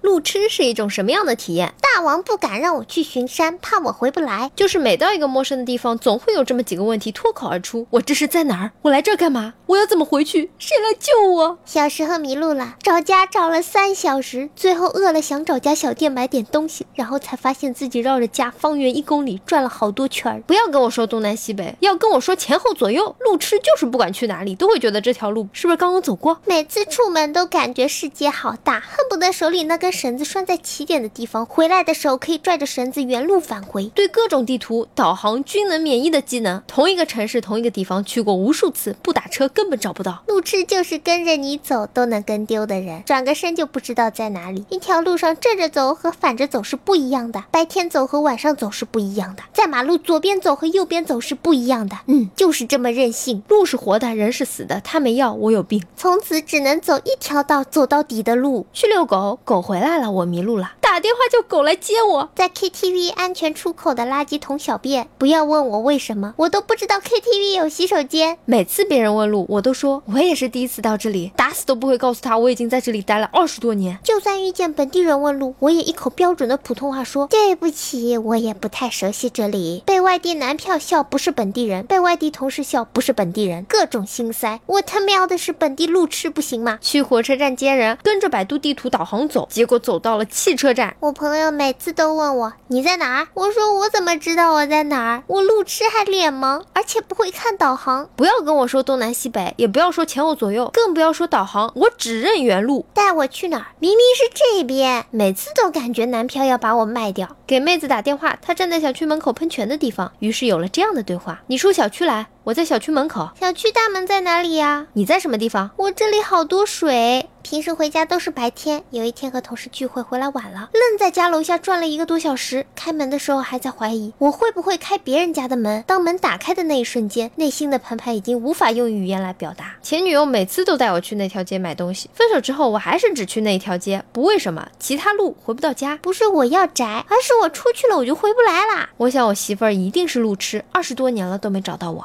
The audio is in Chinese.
路痴是一种什么样的体验？大王不敢让我去巡山，怕我回不来。就是每到一个陌生的地方，总会有这么几个问题脱口而出：我这是在哪儿？我来这儿干嘛？我要怎么回去？谁来救我？小时候迷路了，找家找了三小时，最后饿了想找家小店买点东西，然后才发现自己绕着家方圆一公里转了好多圈儿。不要跟我说东南西北，要跟我说前后左右。路痴就是不管去哪里，都会觉得这条路是不是刚刚走过？每次出门都感觉世界好大，恨不得手里那根绳子拴在起点的地方，回来的时候可以拽着绳子原路返回。对各种地图、导航均能免疫的技能，同一个城市、同一个地方去过无数次，不打车根本找不到。路痴就是跟着你走都能跟丢的人，转个身就不知道在哪里。一条路上正着走和反着走是不一样的，白天走和晚上走是不一样的，在马路左边走和右边走是不一样的。嗯，就是这么任性。路是活的，人是死的，他没药，我有病。从此只能走一条道走到底的路。去遛狗，狗回来了，我迷路了，打电话叫狗来接我。在 KTV 安全出口的垃圾桶小便，不要问我为什么，我都不知道 KTV 有洗手间。每次别人问路，我都说我也是第一次到这里，打死都不会告诉他我已经在这里待了二十多年。就算遇见本地人问路，我也一口标准的普通话说对不起，我也不太熟悉这里。被外地男票笑不是本地人，被外地同事笑不是本地人，各种心塞。我他喵的是本地路痴不行吗？去火车站接人，跟着百度地图导航走，结果走到了汽车站。我朋友每次都问我你在哪儿，我说我怎么知道我在哪儿？我路痴还脸盲，而且不会看导航。不要跟我说东南西北，也不要说前后左右，更不要说导航，我只认原路。带我去哪儿？明明是这边，每次都感觉男票要把我卖掉。给妹子打电话，她站在小区门口喷泉的地方，于是有了这样的对话：你出小区来，我在小区门口。小区大门在哪里呀、你在什么地方？我这里好多水。平时回家都是白天，有一天和同事聚会回来晚了，愣在家楼下转了一个多小时。开门的时候还在怀疑我会不会开别人家的门。当门打开的那一瞬间，内心的盘盘已经无法用语言来表达。前女友每次都带我去那条街买东西，分手之后我还是只去那一条街，不为什么，其他路回不到家。不是我要宅，而是我出去了我就回不来啦。我想我媳妇儿一定是路痴，二十多年了都没找到我。